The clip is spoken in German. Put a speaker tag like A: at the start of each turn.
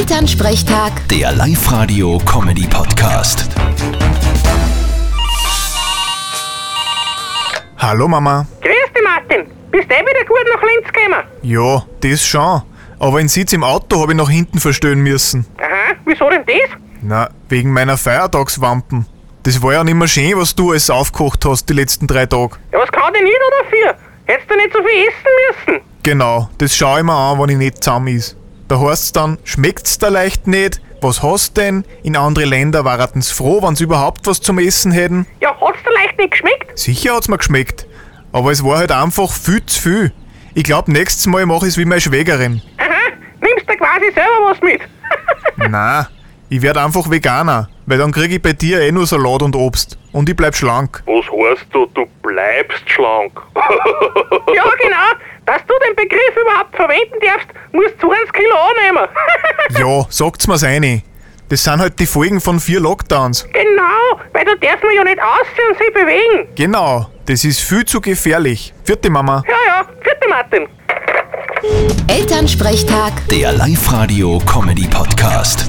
A: Elternsprechtag,
B: Der Live-Radio-Comedy-Podcast.
C: Hallo Mama.
D: Grüß dich, Martin. Bist eh wieder gut nach Linz gekommen?
C: Ja, das schon. Aber den Sitz im Auto habe ich nach hinten verstellen müssen.
D: Aha, wieso denn das?
C: Na, wegen meiner Feiertagswampen. Das war ja nicht mehr schön, was du alles aufgekocht hast die letzten drei Tage.
D: Ja, was kann denn jeder dafür? Hättest du nicht so viel essen müssen?
C: Genau, das schaue ich mir an, wenn ich nicht zusammen ist. Da heißt's dann, schmeckt's da leicht nicht? Was hast denn? In andere Länder waren's froh, wenn's überhaupt was zum Essen hätten.
D: Ja, hat's dir leicht nicht geschmeckt?
C: Sicher hat's mir geschmeckt. Aber es war halt einfach viel zu viel. Ich glaube, nächstes Mal mache ich's wie meine Schwägerin.
D: Aha, nimmst du quasi selber was mit?
C: Na, ich werd einfach Veganer, weil dann krieg ich bei dir eh nur Salat und Obst. Und ich bleib schlank.
E: Was heißt du, du bleibst schlank?
D: ja, genau. Dass du den Begriff überhaupt verwenden darfst, musst du 20 Kilo annehmen.
C: Ja, sagt's mir's eine. Das sind halt die Folgen von vier Lockdowns.
D: genau, weil du darfst mich ja nicht aussehen und sich bewegen.
C: Genau, das ist viel zu gefährlich. Vierte Mama.
D: Ja, ja, vierte Martin.
A: Elternsprechtag.
B: Der Live-Radio-Comedy-Podcast.